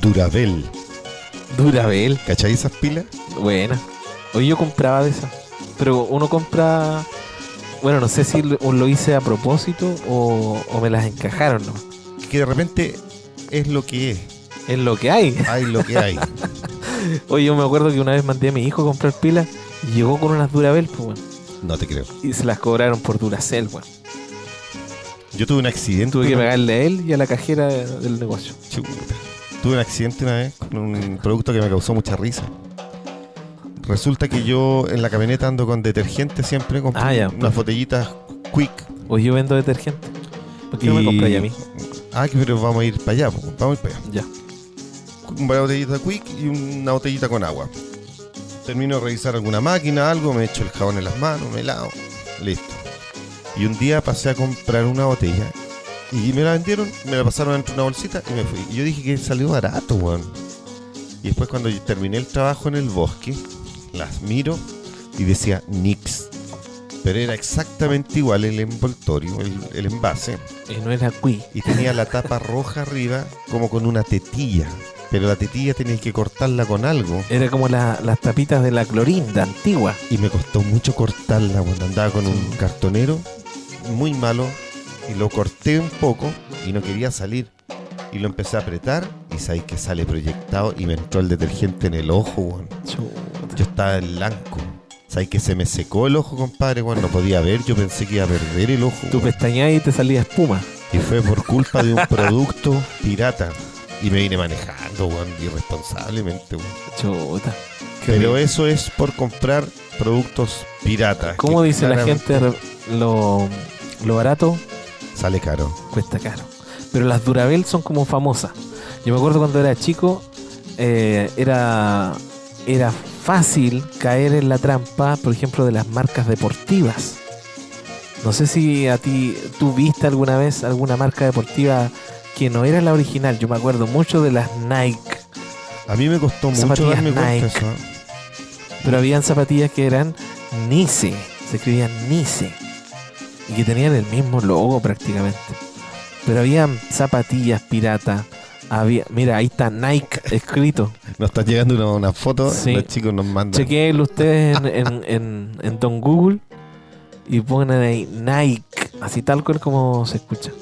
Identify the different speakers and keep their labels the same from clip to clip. Speaker 1: Durabel.
Speaker 2: Durabel,
Speaker 1: ¿Cachai esas pilas?
Speaker 2: buena. Hoy yo compraba de esas. Pero uno compra. Bueno, no sé si lo, o lo hice a propósito o, o me las encajaron, ¿no?
Speaker 1: Que de repente es lo que es.
Speaker 2: Es lo que hay.
Speaker 1: Hay lo que hay.
Speaker 2: Oye, yo me acuerdo que una vez mandé a mi hijo a comprar pilas y llegó con unas Durabel, pues, weón.
Speaker 1: No te creo.
Speaker 2: Y se las cobraron por Duracell, weón.
Speaker 1: Yo tuve un accidente.
Speaker 2: Tuve que
Speaker 1: una-
Speaker 2: pagarle a él y a la cajera del negocio.
Speaker 1: Chuta. Tuve un accidente una vez con un producto que me causó mucha risa. Resulta que yo en la camioneta ando con detergente siempre, con
Speaker 2: Ah, ya.
Speaker 1: unas botellitas quick.
Speaker 2: Hoy yo vendo detergente. ¿Por qué no me
Speaker 1: Y-
Speaker 2: compráis a mí?
Speaker 1: Ah, que pero vamos a ir para allá, po, vamos a ir para allá.
Speaker 2: Ya.
Speaker 1: una botellita quick y una botellita con agua. Termino de revisar alguna máquina, algo, me echo el jabón en las manos, me lavo, listo. Y un día pasé a comprar una botella y me la vendieron, me la pasaron entre una bolsita y me fui. Y yo dije que salió barato, weón. Y después cuando yo terminé el trabajo en el bosque, las miro y decía Nix. Pero era exactamente igual el envoltorio, el- el envase
Speaker 2: Y Eh, no era qui.
Speaker 1: y tenía la tapa roja arriba como con una tetilla. Pero la tetilla tenías que cortarla con algo
Speaker 2: Era como la- las tapitas de la clorinda antigua.
Speaker 1: y me costó mucho cortarla cuando andaba con un
Speaker 2: Sí.
Speaker 1: cartonero muy malo y lo corté un poco y no quería salir. Y lo empecé a apretar y sabéis que sale proyectado y me entró el detergente en el ojo, weón. Yo estaba en blanco. Sabéis que se me secó el ojo, compadre, weón. No podía ver, yo pensé que iba a perder el ojo.
Speaker 2: Tú
Speaker 1: weón.
Speaker 2: pestañeás y te salía espuma.
Speaker 1: Y fue por culpa de un producto pirata. Y me vine manejando, weón, irresponsablemente, weón.
Speaker 2: Chuta. Qué
Speaker 1: Pero
Speaker 2: horrible.
Speaker 1: eso es por comprar productos piratas.
Speaker 2: ¿Cómo
Speaker 1: que
Speaker 2: dice la
Speaker 1: claramente
Speaker 2: gente? Lo, lo barato
Speaker 1: Sale caro.
Speaker 2: cuesta caro. Pero las Durabel son como famosas. Yo me acuerdo cuando era chico, eh, era, era fácil caer en la trampa, por ejemplo, de las marcas deportivas. No sé si a ti, tú viste alguna vez alguna marca deportiva que no era la original. Yo me acuerdo mucho de las Nike,
Speaker 1: A mí me costó mucho
Speaker 2: Zapatillas
Speaker 1: darme cuenta
Speaker 2: Nike.
Speaker 1: eso. ¿eh?
Speaker 2: pero habían zapatillas que eran Nice, se escribían Nice, y que tenían el mismo logo prácticamente. Pero habían zapatillas pirata, había, mira, ahí está Nike escrito.
Speaker 1: Nos está llegando una, una foto,
Speaker 2: Sí.
Speaker 1: los chicos nos mandan.
Speaker 2: Chequenlo ustedes en, en, en, en Don Google y pongan ahí Nike, así tal cual como se escucha.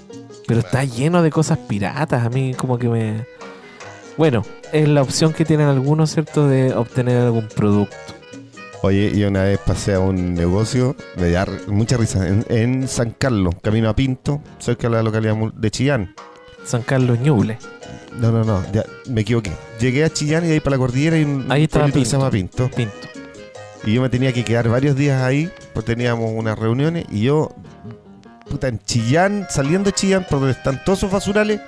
Speaker 2: Pero está lleno de cosas piratas, a mí como que me... Bueno, es la opción que tienen algunos, ¿cierto? De obtener algún producto.
Speaker 1: Oye, y una vez pasé a un negocio, me da r- mucha risa, en, en San Carlos, camino a Pinto, cerca de la localidad mu- de Chillán.
Speaker 2: San Carlos Ñuble.
Speaker 1: No, no, no, ya me equivoqué. Llegué a Chillán y de ahí para la cordillera hay un
Speaker 2: Ahí estaba
Speaker 1: pueblito que se
Speaker 2: Pinto.
Speaker 1: llama Pinto.
Speaker 2: Pinto.
Speaker 1: Y yo me tenía que quedar varios días ahí, pues teníamos unas reuniones y yo, puta, en Chillán, saliendo de Chillán, por donde están todos sus basurales,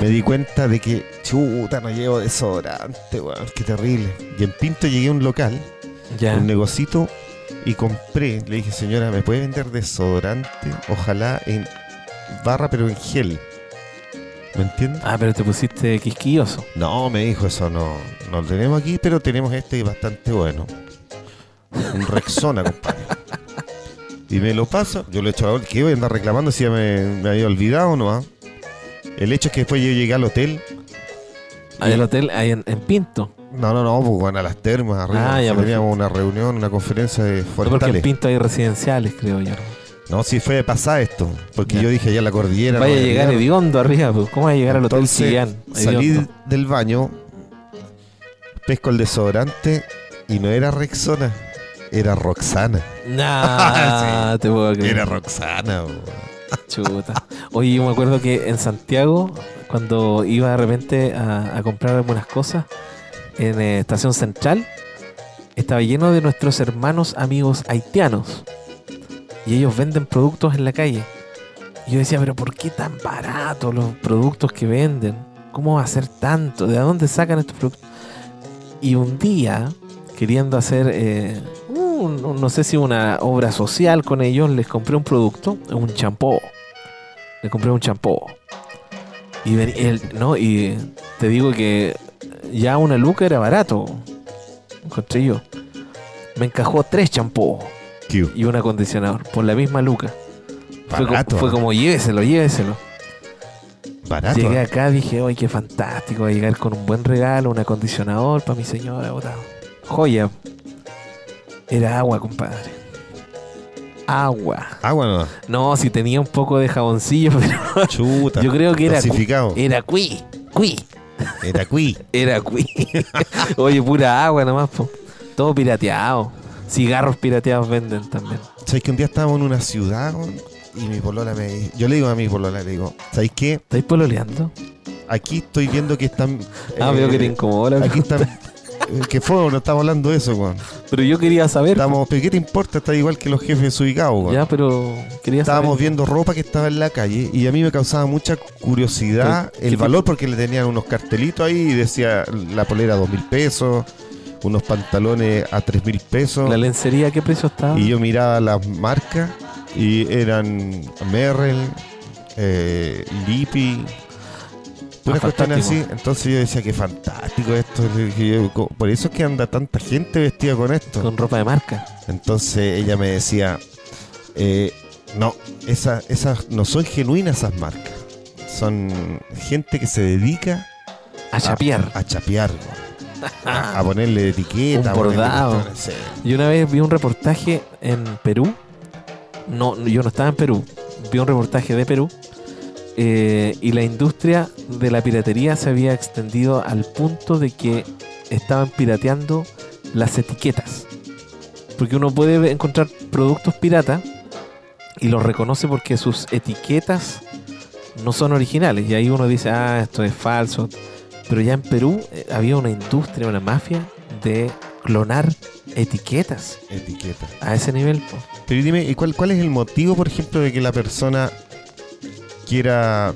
Speaker 1: me di cuenta de que, chuta, no llevo desodorante, weón, qué terrible. Y en Pinto llegué a un local,
Speaker 2: Ya.
Speaker 1: un negocito, y compré, le dije, señora, ¿me puede vender desodorante? Ojalá en barra, pero en gel. ¿Me entiendes?
Speaker 2: Ah, pero te pusiste quisquilloso.
Speaker 1: No, me dijo eso, no, no lo tenemos aquí, pero tenemos este que es bastante bueno. Un Rexona, compadre. Y me lo paso, yo lo he hecho a que voy a andar reclamando si ya me, me había olvidado no ah? El hecho es que después yo llegué al hotel.
Speaker 2: Ahí el hotel, ahí en, en Pinto.
Speaker 1: No, no, no, pues van a las termas arriba.
Speaker 2: Ah, ya,
Speaker 1: porque teníamos una reunión, una conferencia de
Speaker 2: No, porque en
Speaker 1: forestales.
Speaker 2: Pinto hay residenciales, creo yo.
Speaker 1: No, sí fue de pasada esto, porque
Speaker 2: Ya.
Speaker 1: yo dije allá en la cordillera.
Speaker 2: Vaya
Speaker 1: no
Speaker 2: a llegar
Speaker 1: llegar.
Speaker 2: hediondo arriba, pues. ¿Cómo va a llegar al hotel
Speaker 1: Entonces,
Speaker 2: Chillán?
Speaker 1: Salí
Speaker 2: Hediondo.
Speaker 1: del baño, pesco el desodorante y no era Rexona, era Roxana.
Speaker 2: Nah, te puedo creer.
Speaker 1: Era Roxana, weón.
Speaker 2: Chuta. Oye, yo me acuerdo que en Santiago, cuando iba de repente a, a comprar algunas cosas, en eh, Estación Central, estaba lleno de nuestros hermanos amigos haitianos. Y ellos venden productos en la calle. Y yo decía, pero ¿por qué tan barato los productos que venden? ¿Cómo va a ser tanto? ¿De dónde sacan estos productos? Y un día, queriendo hacer, eh, un- un- no sé si una obra social con ellos, les compré un producto, un champú. Le compré un champú. Y, ven- el- no, y te digo que ya una luca era barato. Encontré yo. Me encajó tres champú
Speaker 1: Q.
Speaker 2: y un acondicionador por la misma luca. Fue, co-
Speaker 1: Barato.
Speaker 2: fue como lléveselo, lléveselo.
Speaker 1: Barato.
Speaker 2: Llegué
Speaker 1: ¿eh?
Speaker 2: acá, dije, ¡ay, qué fantástico! Voy a llegar con un buen regalo, un acondicionador para mi señora, puta. Joya. Era agua, compadre. Agua.
Speaker 1: Agua no.
Speaker 2: No, si tenía un poco de jaboncillo, pero
Speaker 1: Chuta.
Speaker 2: yo creo que era. eh, cu-
Speaker 1: Clasificado. Eh,
Speaker 2: Era cuí, cuí.
Speaker 1: Era cuí.
Speaker 2: Era cuí. Oye, pura agua nomás, po. Todo pirateado. Cigarros pirateados venden también.
Speaker 1: ¿Sabes que un día estábamos en una ciudad weón? y mi polola me dijo, yo le digo a mi polola, le digo, ¿sabes qué?
Speaker 2: ¿Estáis pololeando?
Speaker 1: Aquí estoy viendo que están...
Speaker 2: Ah,
Speaker 1: eh,
Speaker 2: veo que te incomoda la
Speaker 1: Aquí
Speaker 2: pregunta.
Speaker 1: están... eh, ¿Qué fue? No estamos hablando de eso, weón.
Speaker 2: Pero yo quería saber.
Speaker 1: Estábamos, pero ¿qué te importa? Estás igual que los jefes ubicados, weón.
Speaker 2: Ya, pero quería
Speaker 1: Estábamos
Speaker 2: saber.
Speaker 1: viendo ropa que estaba en la calle y a mí me causaba mucha curiosidad
Speaker 2: ¿Qué- qué
Speaker 1: el
Speaker 2: tipo?
Speaker 1: valor porque le tenían unos cartelitos ahí y decía la polera a dos mil pesos, unos pantalones a tres mil pesos.
Speaker 2: ¿La lencería a qué precio estaba?
Speaker 1: Y yo miraba las marcas y eran Merrell, eh, Lippi, puras
Speaker 2: Ah,
Speaker 1: cuestiones así.
Speaker 2: fantástico.
Speaker 1: Entonces yo decía que fantástico esto. le dije yo, co- Por eso es que anda tanta gente vestida con esto.
Speaker 2: Con ropa de marca.
Speaker 1: Entonces ella me decía, eh, no, esas, esas no son genuinas esas marcas. Son gente que se dedica Ah,
Speaker 2: A chapear.
Speaker 1: a chapear, güey. a, a ponerle etiqueta,
Speaker 2: Un
Speaker 1: a ponerle
Speaker 2: bordado.
Speaker 1: cuestiones, sí.
Speaker 2: Yo una vez vi un reportaje en Perú. No, no, yo no estaba en Perú. Vi un reportaje de Perú. eh, y la industria de la piratería se había extendido al punto de que estaban pirateando las etiquetas. Porque uno puede ve- encontrar productos pirata y los reconoce porque sus etiquetas no son originales. Y ahí uno dice, ah, esto es falso. Pero ya en Perú eh, había una industria, una mafia de clonar etiquetas
Speaker 1: Etiqueta.
Speaker 2: a ese nivel. po.
Speaker 1: Pero dime, ¿y ¿cuál, ¿cuál es el motivo, por ejemplo, de que la persona quiera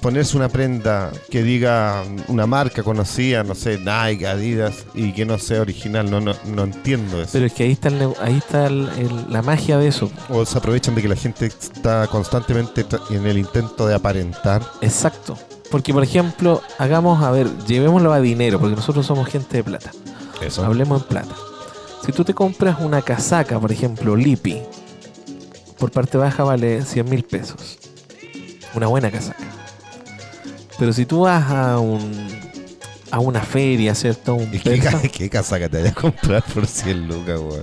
Speaker 1: ponerse una prenda que diga una marca conocida, no sé, Nike, Adidas, y que no sea original? No, no, no entiendo eso.
Speaker 2: Pero es que ahí está, el nego- ahí está el- el- la magia de eso.
Speaker 1: O se aprovechan de que la gente está constantemente tra- en el intento de aparentar.
Speaker 2: Exacto. Porque, por ejemplo, hagamos, a ver, llevémoslo a dinero, porque nosotros somos gente de plata.
Speaker 1: Eso.
Speaker 2: Hablemos en plata. Si tú te compras una casaca, por ejemplo, Lipi, por parte baja vale 100 mil pesos. Una buena casaca. Pero si tú vas a un a una feria, ¿cierto? Un
Speaker 1: ¿Y qué,
Speaker 2: persa-
Speaker 1: ca- qué casaca te vayas a comprar por 100 lucas, weón?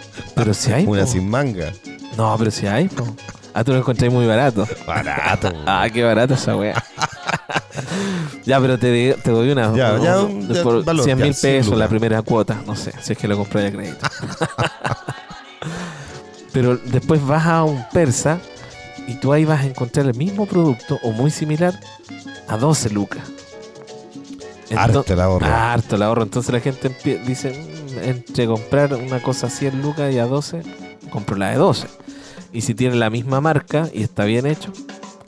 Speaker 2: pero si hay.
Speaker 1: Una
Speaker 2: po.
Speaker 1: sin manga.
Speaker 2: No, pero si hay. po. Ah, tú lo encontré muy barato.
Speaker 1: Barato, weón.
Speaker 2: Ah, qué barata esa wea. ya, pero te, di- te doy una.
Speaker 1: Ya,
Speaker 2: un-
Speaker 1: ya, un- ya,
Speaker 2: por
Speaker 1: valor,
Speaker 2: 100
Speaker 1: ya,
Speaker 2: mil
Speaker 1: 100
Speaker 2: pesos la
Speaker 1: lucas.
Speaker 2: primera cuota. No sé, si es que lo compré de crédito. pero después vas a un persa y tú ahí vas a encontrar el mismo producto o muy similar a 12 lucas. Ento-
Speaker 1: Harto el ahorro.
Speaker 2: Harto el ahorro. Entonces la gente empie- dice, "Mm, entre comprar una cosa a 100 lucas y a 12, compro la de 12. Y si tiene la misma marca y está bien hecho,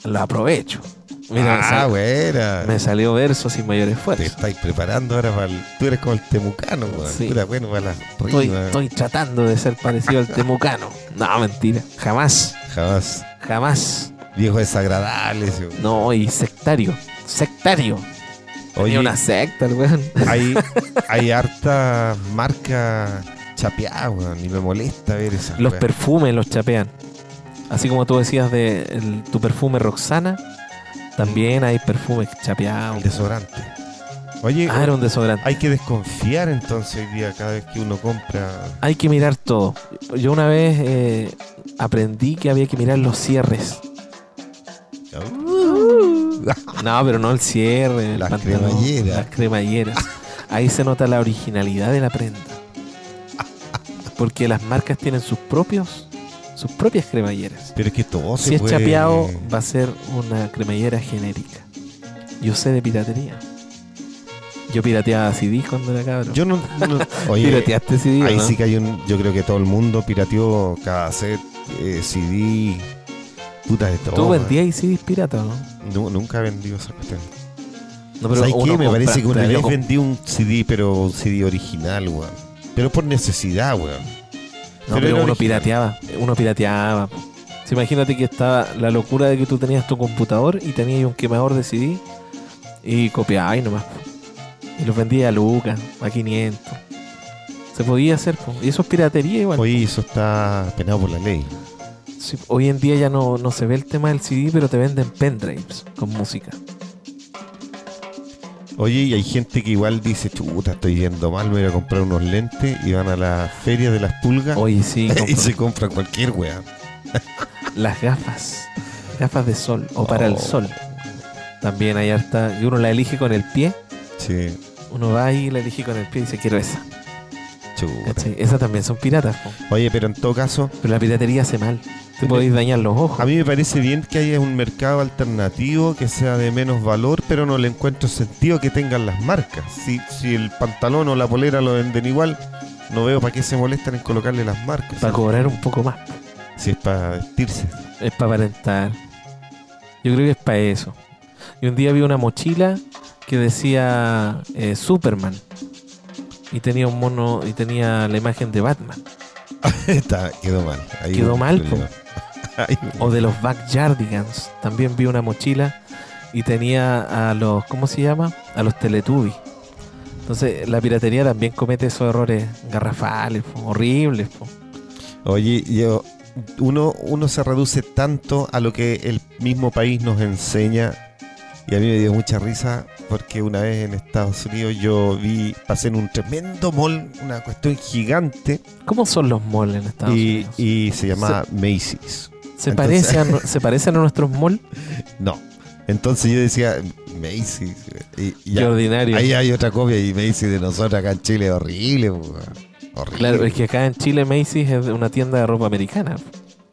Speaker 2: la aprovecho. Mira, me,
Speaker 1: ah,
Speaker 2: sal-
Speaker 1: buena.
Speaker 2: me salió verso sin mayor
Speaker 1: Te
Speaker 2: esfuerzo.
Speaker 1: estáis preparando ahora para el... Tú eres como el temucano, weón.
Speaker 2: Sí.
Speaker 1: Tú eres bueno para las
Speaker 2: Estoy,
Speaker 1: rimas.
Speaker 2: estoy tratando de ser parecido al temucano. No, mentira. Jamás.
Speaker 1: Jamás.
Speaker 2: Jamás.
Speaker 1: Viejo desagradable. ese, weón.
Speaker 2: No, y sectario. Sectario.
Speaker 1: Oye,
Speaker 2: Tenía una secta, el weón.
Speaker 1: hay, hay harta marca chapeada, weón. Y me molesta ver esas
Speaker 2: Los
Speaker 1: weas.
Speaker 2: perfumes los chapean. Así como tú decías de el- tu perfume Roxana, también hay perfumes
Speaker 1: El
Speaker 2: chapeados.
Speaker 1: desodorante. Oye,
Speaker 2: Ah, era un desodorante.
Speaker 1: hay que desconfiar entonces hoy día cada vez que uno compra.
Speaker 2: Hay que mirar todo. Yo una vez eh, aprendí que había que mirar los cierres. No, pero no el cierre, el
Speaker 1: Las
Speaker 2: pantalón,
Speaker 1: cremalleras.
Speaker 2: Las cremalleras. Ahí se nota la originalidad de la prenda. Porque las marcas tienen sus propios, sus propias cremalleras.
Speaker 1: Pero es que todo se
Speaker 2: Si es
Speaker 1: puede-
Speaker 2: chapeado, va a ser una cremallera genérica. Yo sé de piratería. Yo pirateaba CD cuando era cabrón.
Speaker 1: Yo no. no- oye,
Speaker 2: Pirateaste CD.
Speaker 1: ahí
Speaker 2: ¿no?
Speaker 1: sí que hay un. Yo creo que todo el mundo pirateó cada set, eh, CD, putas de todo.
Speaker 2: Tú
Speaker 1: man.
Speaker 2: vendías CDs pirata, ¿no?
Speaker 1: Nu- nunca he vendido esa cuestión.
Speaker 2: No, pero
Speaker 1: ¿Sabes
Speaker 2: uno
Speaker 1: qué? Me
Speaker 2: compra-
Speaker 1: parece que una
Speaker 2: pero yo
Speaker 1: vez
Speaker 2: comp-
Speaker 1: vendí un CD, pero un CD original, weón. Pero por necesidad, weón.
Speaker 2: No,
Speaker 1: pero era
Speaker 2: pero uno
Speaker 1: original.
Speaker 2: pirateaba. Uno pirateaba. po. Sí, imagínate que estaba la locura de que tú tenías tu computador y tenías un quemador de CD y copiabas nomás. po. Y los vendía a Lucas, a 500. Se podía hacer, po. Y eso es piratería igual.
Speaker 1: Oye, eso está penado por la ley.
Speaker 2: Sí, hoy en día ya no, no se ve el tema del CD, pero te venden pendrives con música.
Speaker 1: Oye, y hay gente que igual dice, chuta, estoy yendo mal, me voy a comprar unos lentes y van a la feria de las pulgas
Speaker 2: Oye, sí,
Speaker 1: Ah. y
Speaker 2: compro
Speaker 1: se compran cualquier wea.
Speaker 2: las gafas. Gafas de sol o para
Speaker 1: Oh.
Speaker 2: el sol. También hay harta. Y uno la elige con el pie.
Speaker 1: Sí,
Speaker 2: Uno va y la elige con el pie y dice, quiero esa.
Speaker 1: chuta.
Speaker 2: ¿Cachai? Esas también son piratas. po.
Speaker 1: Oye, pero en todo caso,
Speaker 2: Pero la piratería hace mal. Te podéis dañar los ojos.
Speaker 1: a mí me parece bien que haya un mercado alternativo que sea de menos valor, pero no le encuentro sentido que tengan las marcas. Si, si el pantalón o la polera lo venden igual, no veo para qué se molestan en colocarle las marcas.
Speaker 2: Para cobrar un poco más.
Speaker 1: Si es para vestirse.
Speaker 2: Es para aparentar. Yo creo que es para eso. Y un día vi una mochila que decía eh, Superman. Y tenía un mono, y tenía la imagen de Batman.
Speaker 1: Está, quedó mal. Ahí
Speaker 2: Quedó
Speaker 1: un
Speaker 2: mal,
Speaker 1: problema. Ahí un-
Speaker 2: O de los Backyardigans. También vi una mochila y tenía a los, ¿cómo se llama? A los Teletubbies. Entonces la piratería también comete esos errores garrafales, po, horribles. po.
Speaker 1: Oye, yo, uno, uno se reduce tanto a lo que el mismo país nos enseña. Y a mí me dio mucha risa porque una vez en Estados Unidos yo vi, pasé en un tremendo mall, una cuestión gigante,
Speaker 2: ¿Cómo son los malls en Estados
Speaker 1: y,
Speaker 2: Unidos?
Speaker 1: y se llamaba Macy's.
Speaker 2: ¿Se,
Speaker 1: entonces-
Speaker 2: parecen, a- ¿Se parecen a nuestros malls?
Speaker 1: No. Entonces yo decía, Macy's. Y, y
Speaker 2: Qué ordinario.
Speaker 1: ahí hay otra copia y Macy's de nosotros acá en Chile, horrible, po, horrible.
Speaker 2: Claro, es que acá en Chile Macy's es una tienda de ropa americana.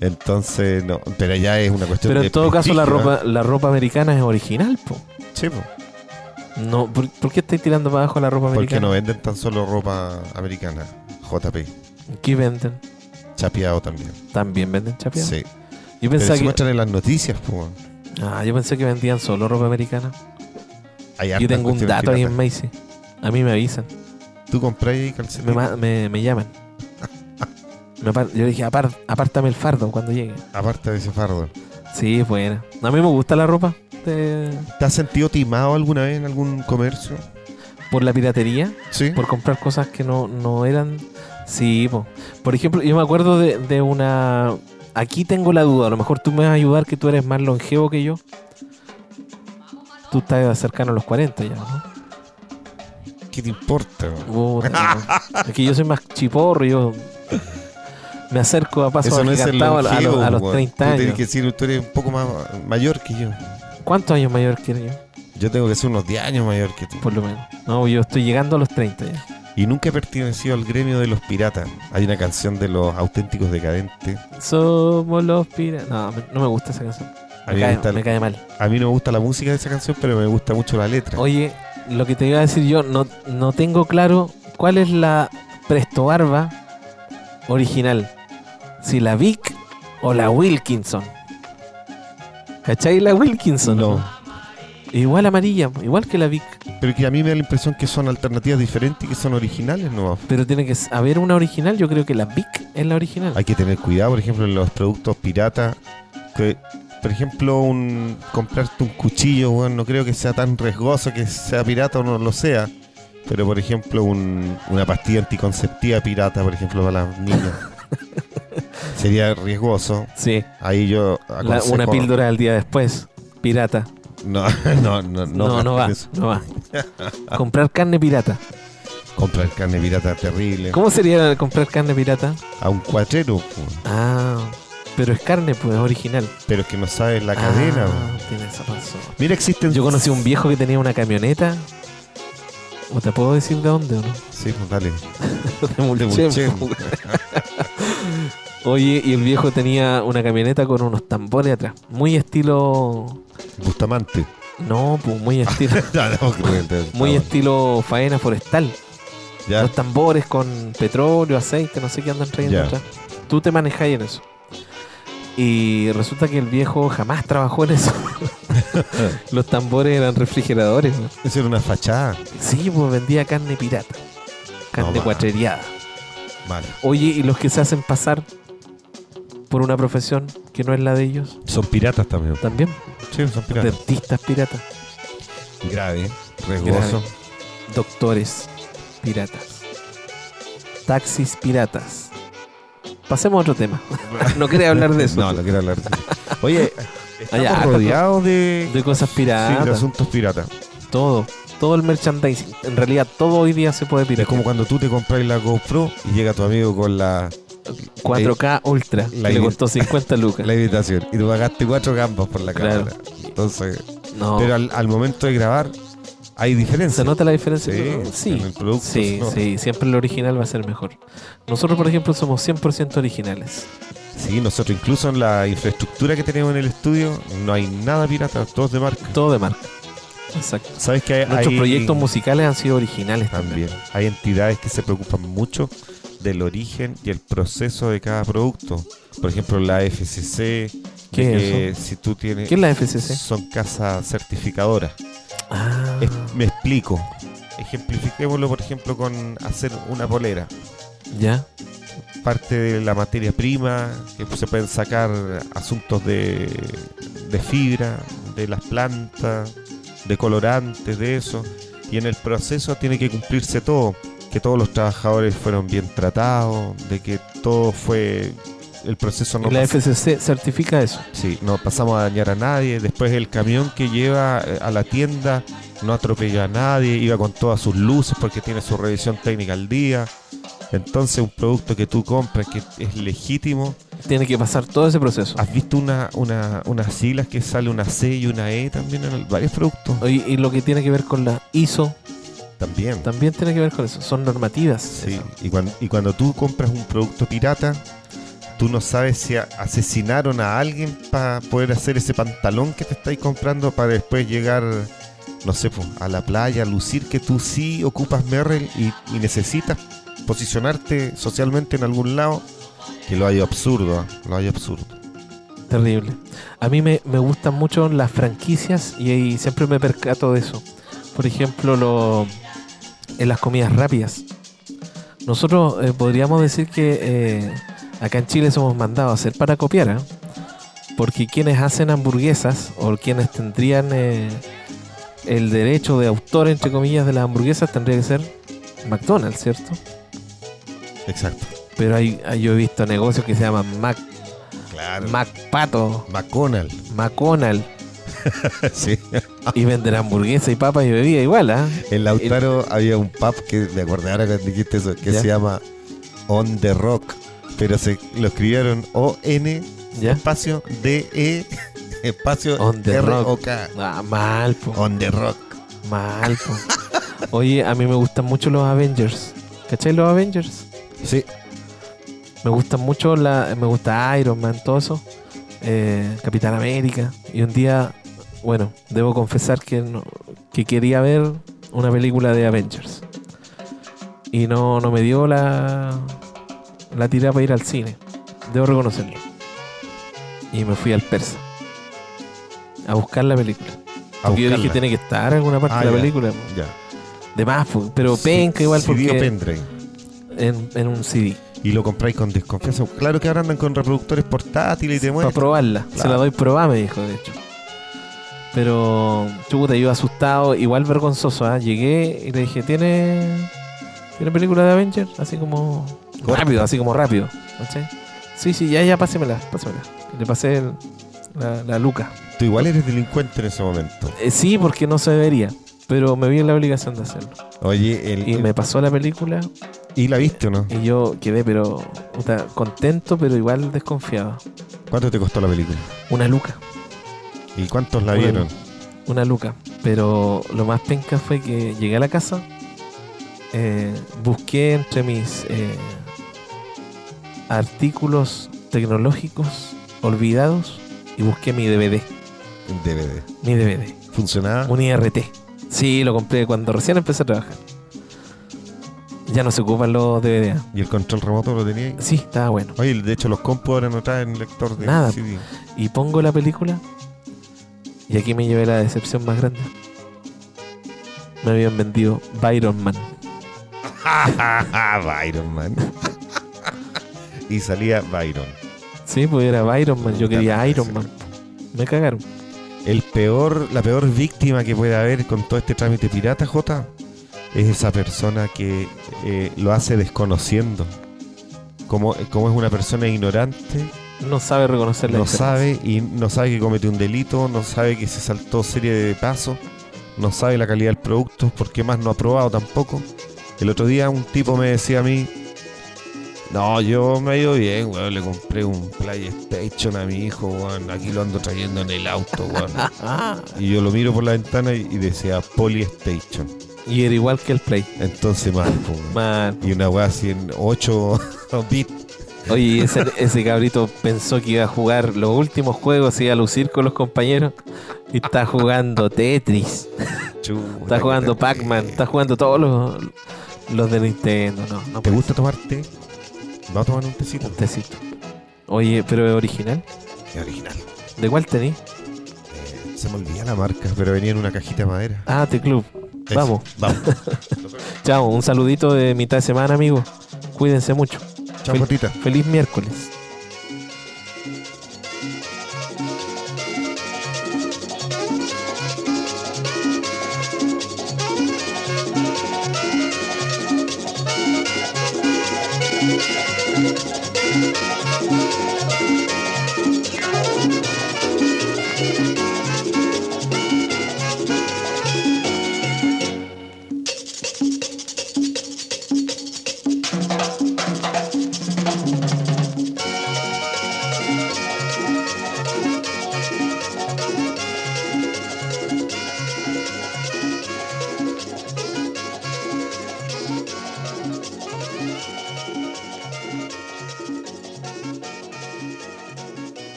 Speaker 1: Entonces, no, pero ya es una cuestión
Speaker 2: Pero
Speaker 1: de
Speaker 2: en todo caso la
Speaker 1: prestigio,
Speaker 2: ropa, la ropa americana es original, po.
Speaker 1: ¿eh? Sí, po.
Speaker 2: No, ¿por, por qué estáis tirando para abajo la ropa
Speaker 1: Porque
Speaker 2: americana?
Speaker 1: no venden tan solo ropa americana. JP.
Speaker 2: ¿Qué venden?
Speaker 1: Chapeado también.
Speaker 2: También venden chapeado.
Speaker 1: Sí.
Speaker 2: Yo
Speaker 1: Pero
Speaker 2: pensaba
Speaker 1: se
Speaker 2: que
Speaker 1: muestran en las noticias, po.
Speaker 2: Ah, yo pensé que vendían solo ropa americana.
Speaker 1: Hay
Speaker 2: Yo
Speaker 1: hartas
Speaker 2: tengo un
Speaker 1: cuestiones
Speaker 2: dato ahí en
Speaker 1: piratas.
Speaker 2: Macy's. A mí me avisan,
Speaker 1: Tú compras ahí calcetines.
Speaker 2: me, ma- me, me llaman. Me apar- yo dije, apar- apártame el fardo cuando llegue.
Speaker 1: Aparte de ese fardo.
Speaker 2: Sí, es buena. A mí me gusta la ropa de-
Speaker 1: ¿Te has sentido timado alguna vez en algún comercio?
Speaker 2: por la piratería.
Speaker 1: Sí.
Speaker 2: por comprar cosas que no, no eran. Sí, po. por ejemplo, yo me acuerdo de, de una. Aquí tengo la duda, a lo mejor tú me vas a ayudar que tú eres más longevo que yo. Tú estás cercano a los 40 ya, ¿no?
Speaker 1: ¿Qué te importa? po?
Speaker 2: Puta, no. Es que yo soy más chiporro, yo me acerco a paso
Speaker 1: Eso no es el
Speaker 2: agigantado a, a
Speaker 1: longevo,
Speaker 2: los- a
Speaker 1: po.
Speaker 2: los 30
Speaker 1: Tú tienes
Speaker 2: años.
Speaker 1: que decir, tú eres un poco más mayor que yo.
Speaker 2: ¿Cuántos años mayor que yo?
Speaker 1: Yo tengo que ser unos 10 años mayor que tú.
Speaker 2: Por lo menos. No, yo estoy llegando a los 30 ya.
Speaker 1: Y nunca he pertenecido al gremio de los piratas. Hay una canción de los auténticos decadentes.
Speaker 2: Somos los piratas. No, me- no me gusta esa canción.
Speaker 1: A
Speaker 2: Me
Speaker 1: mí me gusta
Speaker 2: cae,
Speaker 1: el-
Speaker 2: me cae mal.
Speaker 1: A mí no me gusta la música de esa canción, pero me gusta mucho la letra.
Speaker 2: Oye, lo que te iba a decir yo, no, no tengo claro cuál es la Presto Barba original. Si la Vic o la Wilkinson. ¿Cachai la Wilkinson?
Speaker 1: no.
Speaker 2: Igual amarilla, igual que la Vic.
Speaker 1: Pero que a mí me da la impresión que son alternativas diferentes y que son originales nomás.
Speaker 2: Pero tiene que s- haber una original. Yo creo que la Vic es la original.
Speaker 1: Hay que tener cuidado, por ejemplo, en los productos piratas. Que, por ejemplo, un, comprarte un cuchillo, weón, no creo que sea tan riesgoso que sea pirata o no lo sea. Pero, por ejemplo, un- una pastilla anticonceptiva pirata, por ejemplo, para las niñas. Sería riesgoso.
Speaker 2: Sí,
Speaker 1: Ahí yo
Speaker 2: la-
Speaker 1: aconsejo-
Speaker 2: una píldora al día después. Pirata.
Speaker 1: No, no, no, no,
Speaker 2: No, no, va.
Speaker 1: eso.
Speaker 2: No va. comprar carne pirata.
Speaker 1: Comprar carne pirata terrible.
Speaker 2: ¿Cómo sería comprar carne pirata?
Speaker 1: A un cuatrero, weón.
Speaker 2: Ah, pero es carne, pues, es original.
Speaker 1: pero es que no sabes la cadena.
Speaker 2: Ah,
Speaker 1: weón.
Speaker 2: tiene esa razón.
Speaker 1: Mira, existen.
Speaker 2: Yo conocí a un viejo que tenía una camioneta. ¿O te puedo decir de dónde o no?
Speaker 1: Sí, pues dale.
Speaker 2: De Mulchen.
Speaker 1: Mulchen.
Speaker 2: Oye, y el viejo tenía una camioneta con unos tambores atrás. Muy estilo.
Speaker 1: Bustamante.
Speaker 2: No, pues muy estilo.
Speaker 1: No, no, creo que-
Speaker 2: muy
Speaker 1: está
Speaker 2: estilo faena forestal.
Speaker 1: bueno. Ya.
Speaker 2: Los tambores con petróleo, aceite, no sé qué andan trayendo
Speaker 1: Ya.
Speaker 2: atrás. Tú te manejáis en eso. Y resulta que el viejo jamás trabajó en eso. Los tambores eran refrigeradores. ¿no?
Speaker 1: Eso era una fachada.
Speaker 2: Sí, pues vendía carne pirata. Carne
Speaker 1: va.
Speaker 2: cuatreriada.
Speaker 1: Vale.
Speaker 2: Oye, ¿y los que se hacen pasar por una profesión que no es la de ellos?
Speaker 1: Son piratas también.
Speaker 2: También.
Speaker 1: Sí, son piratas.
Speaker 2: Dentistas piratas.
Speaker 1: Grave, ¿eh? riesgoso.
Speaker 2: Doctores piratas. Taxis piratas. Pasemos a otro tema. no quería hablar de eso.
Speaker 1: No, no quiero hablar de eso. Oye, estamos
Speaker 2: Allá,
Speaker 1: rodeados de,
Speaker 2: De cosas
Speaker 1: sí, de
Speaker 2: piratas.
Speaker 1: asuntos piratas.
Speaker 2: todo. todo el merchandising. En realidad, todo hoy día se puede
Speaker 1: Es
Speaker 2: piratear.
Speaker 1: como cuando tú te compras la GoPro y llega tu amigo con la,
Speaker 2: 4K Ultra, que
Speaker 1: la
Speaker 2: le
Speaker 1: idea-
Speaker 2: costó 50 lucas.
Speaker 1: la invitación y tú pagaste cuatro gambas por la
Speaker 2: Claro.
Speaker 1: cámara. Entonces,
Speaker 2: No,
Speaker 1: pero al, al momento de grabar hay diferencia.
Speaker 2: Oh. ¿se nota la diferencia?
Speaker 1: Sí,
Speaker 2: sí.
Speaker 1: en el producto,
Speaker 2: sí,
Speaker 1: ¿no?
Speaker 2: sí, siempre lo original va a ser mejor. Nosotros, por ejemplo, somos 100% originales.
Speaker 1: Sí, nosotros incluso en la infraestructura que tenemos en el estudio no hay nada pirata, todos de marca.
Speaker 2: Todo de marca. Exacto.
Speaker 1: Sabes que hay,
Speaker 2: Nuestros
Speaker 1: hay-
Speaker 2: proyectos musicales han sido originales también.
Speaker 1: también hay entidades que se preocupan mucho del origen y el proceso de cada producto. Por ejemplo, la FCC, de
Speaker 2: ¿Qué es
Speaker 1: que si tú tienes
Speaker 2: ¿Qué es la FCC?
Speaker 1: son casas certificadoras.
Speaker 2: Ah,
Speaker 1: Es- me explico. Ejemplifiquémoslo, por ejemplo, con hacer una polera.
Speaker 2: ya.
Speaker 1: Parte de la materia prima, que se pueden sacar asuntos de, de fibra, de las plantas, de colorantes, de eso. Y en el proceso tiene que cumplirse todo. Que todos los trabajadores fueron bien tratados, de que todo fue... El proceso no
Speaker 2: Y la
Speaker 1: pasó-
Speaker 2: FCC certifica eso.
Speaker 1: Sí, no pasamos a dañar a nadie. Después el camión que lleva eh, a la tienda no atropelló a nadie, iba con todas sus luces porque tiene su revisión técnica al día. Entonces un producto que tú compras que es legítimo.
Speaker 2: Tiene que pasar todo ese proceso.
Speaker 1: ¿Has visto una, una- unas siglas que sale una C y una E también en el- varios productos?
Speaker 2: Y, y lo que tiene que ver con la ISO
Speaker 1: También.
Speaker 2: también tiene que ver con eso. Son normativas.
Speaker 1: Sí,
Speaker 2: esas.
Speaker 1: y cuando, y cuando tú compras un producto pirata, tú no sabes si a- asesinaron a alguien para poder hacer ese pantalón que te estáis comprando para después llegar, no sé, po, a la playa, lucir que tú sí ocupas Merrell y, y necesitas posicionarte socialmente en algún lado. Que lo hay absurdo, ¿ah? lo hay absurdo.
Speaker 2: Terrible. A mí me, me gustan mucho las franquicias y, ahí siempre me percato de eso. Por ejemplo, lo- en las comidas rápidas. Nosotros eh, podríamos decir que eh, acá en Chile somos mandados a hacer para copiar, ¿ah? porque quienes hacen hamburguesas o quienes tendrían eh, el derecho de autor, entre comillas, de las hamburguesas tendría que ser McDonald's, ¿cierto?
Speaker 1: Exacto.
Speaker 2: Pero hay, hay- yo he visto negocios que se llaman Mac,
Speaker 1: Claro.
Speaker 2: McPato,
Speaker 1: McConnell.
Speaker 2: McConnell.
Speaker 1: sí.
Speaker 2: Y vender hamburguesa y papas y bebida igual, ¿ah?
Speaker 1: En Lautaro había un pub que me acordé ahora que dijiste eso, que
Speaker 2: Ya.
Speaker 1: se llama On the Rock, pero se lo escribieron O N
Speaker 2: ¿Ya?
Speaker 1: espacio D E espacio
Speaker 2: On the
Speaker 1: R
Speaker 2: Rock.
Speaker 1: O K.
Speaker 2: Ah, mal, po.
Speaker 1: On the Rock.
Speaker 2: Mal, po. Oye, a mí me gustan mucho los Avengers. ¿Cachai los Avengers?
Speaker 1: Sí,
Speaker 2: Me gustan mucho la... Me gusta Iron Man, todo eso. Eh, Capitán América. Y un día, bueno, debo confesar que, no- que quería ver una película de Avengers. Y no, no me dio la... La tirada para ir al cine. Debo reconocerlo. Y me fui al Persa. A buscar la película.
Speaker 1: a
Speaker 2: Porque yo dije
Speaker 1: buscarla.
Speaker 2: tiene que estar en alguna parte
Speaker 1: Ah,
Speaker 2: de la
Speaker 1: ya.
Speaker 2: película.
Speaker 1: Ya.
Speaker 2: De más, po, pero
Speaker 1: Sí,
Speaker 2: penca igual
Speaker 1: sí, dio
Speaker 2: porque
Speaker 1: pendrive.
Speaker 2: en, en un CD.
Speaker 1: Y lo compráis con desconfianza. Claro que ahora andan con reproductores portátiles y te
Speaker 2: Para
Speaker 1: muestran.
Speaker 2: probarla. Se
Speaker 1: Claro.
Speaker 2: la doy probada, me dijo, de hecho. Pero chuta, yo asustado, igual vergonzoso, ¿ah? llegué y le dije, ¿tiene, ¿tiene película de Avenger? Así como
Speaker 1: Corta.
Speaker 2: rápido, así como rápido. ¿cachai? Sí, sí, ya, ya, pásemela, pásemela. Le pasé el- la, la luca.
Speaker 1: Tú igual eres delincuente en ese momento.
Speaker 2: Eh, sí, porque no se debería, pero me vi en la obligación de hacerlo.
Speaker 1: Oye, el- el-
Speaker 2: Y me pasó la película
Speaker 1: ¿y la viste o no?
Speaker 2: Y yo quedé, pero puta, contento, pero igual desconfiado.
Speaker 1: ¿Cuánto te costó la película?
Speaker 2: Una luca,
Speaker 1: ¿Y cuántos la
Speaker 2: Una
Speaker 1: vieron?
Speaker 2: una luca. Pero lo más penca fue que llegué a la casa, eh, busqué entre mis eh, artículos tecnológicos olvidados y busqué mi DVD,
Speaker 1: Un DVD.
Speaker 2: mi DVD,
Speaker 1: ¿Funcionaba?
Speaker 2: un IRT. Sí, lo compré cuando recién empecé a trabajar. Ya no se ocupan los DVD. ¿ah?
Speaker 1: ¿Y el control remoto lo tenías?
Speaker 2: Sí, estaba bueno.
Speaker 1: Oye, de hecho los compu ahora no traen lector de
Speaker 2: Nada.
Speaker 1: CD.
Speaker 2: y pongo la película y aquí me llevé la decepción más grande. Me habían vendido Byron Man.
Speaker 1: Byron, man. y salía Byron.
Speaker 2: Sí, pues era Byron Man, yo quería Iron Man. Me cagaron.
Speaker 1: El peor, la peor víctima que puede haber con todo este trámite pirata, J, es esa persona que eh, lo hace desconociendo. Como, como es una persona ignorante,
Speaker 2: No sabe reconocer la
Speaker 1: no
Speaker 2: diferencia.
Speaker 1: sabe y no sabe que comete un delito, no sabe que se saltó serie de pasos, no sabe la calidad del producto, porque más no ha probado tampoco. El otro día un tipo me decía a mí, no, yo me he ido bien, weón, le compré un PlayStation a mi hijo, weón, aquí lo ando trayendo en el auto, weón.
Speaker 2: Ah,
Speaker 1: y yo lo miro por la ventana y, y decía Polystation.
Speaker 2: Y era igual que el Play.
Speaker 1: Entonces más, po, weón.
Speaker 2: Man.
Speaker 1: Y una weá así en 8 bits.
Speaker 2: Oye, y ese, ese cabrito pensó que iba a jugar los últimos juegos, y a lucir con los compañeros. Y está jugando Tetris,
Speaker 1: Chuta,
Speaker 2: está jugando
Speaker 1: que te-
Speaker 2: Pac-Man, está jugando todos los, los de Nintendo. No, no
Speaker 1: ¿Te
Speaker 2: puede
Speaker 1: gusta tomar té? Vamos a tomar un tecito.
Speaker 2: ser. Un tecito. Oye, pero es original.
Speaker 1: Qué original.
Speaker 2: ¿De cuál tenés?
Speaker 1: Eh, se me olvida la marca, pero venía en una cajita de madera.
Speaker 2: Ah, T Club.
Speaker 1: Eso,
Speaker 2: Vamos.
Speaker 1: Vamos.
Speaker 2: Chao, un saludito de mitad de semana, amigos. Cuídense mucho.
Speaker 1: Chao, Martita.
Speaker 2: Feliz miércoles.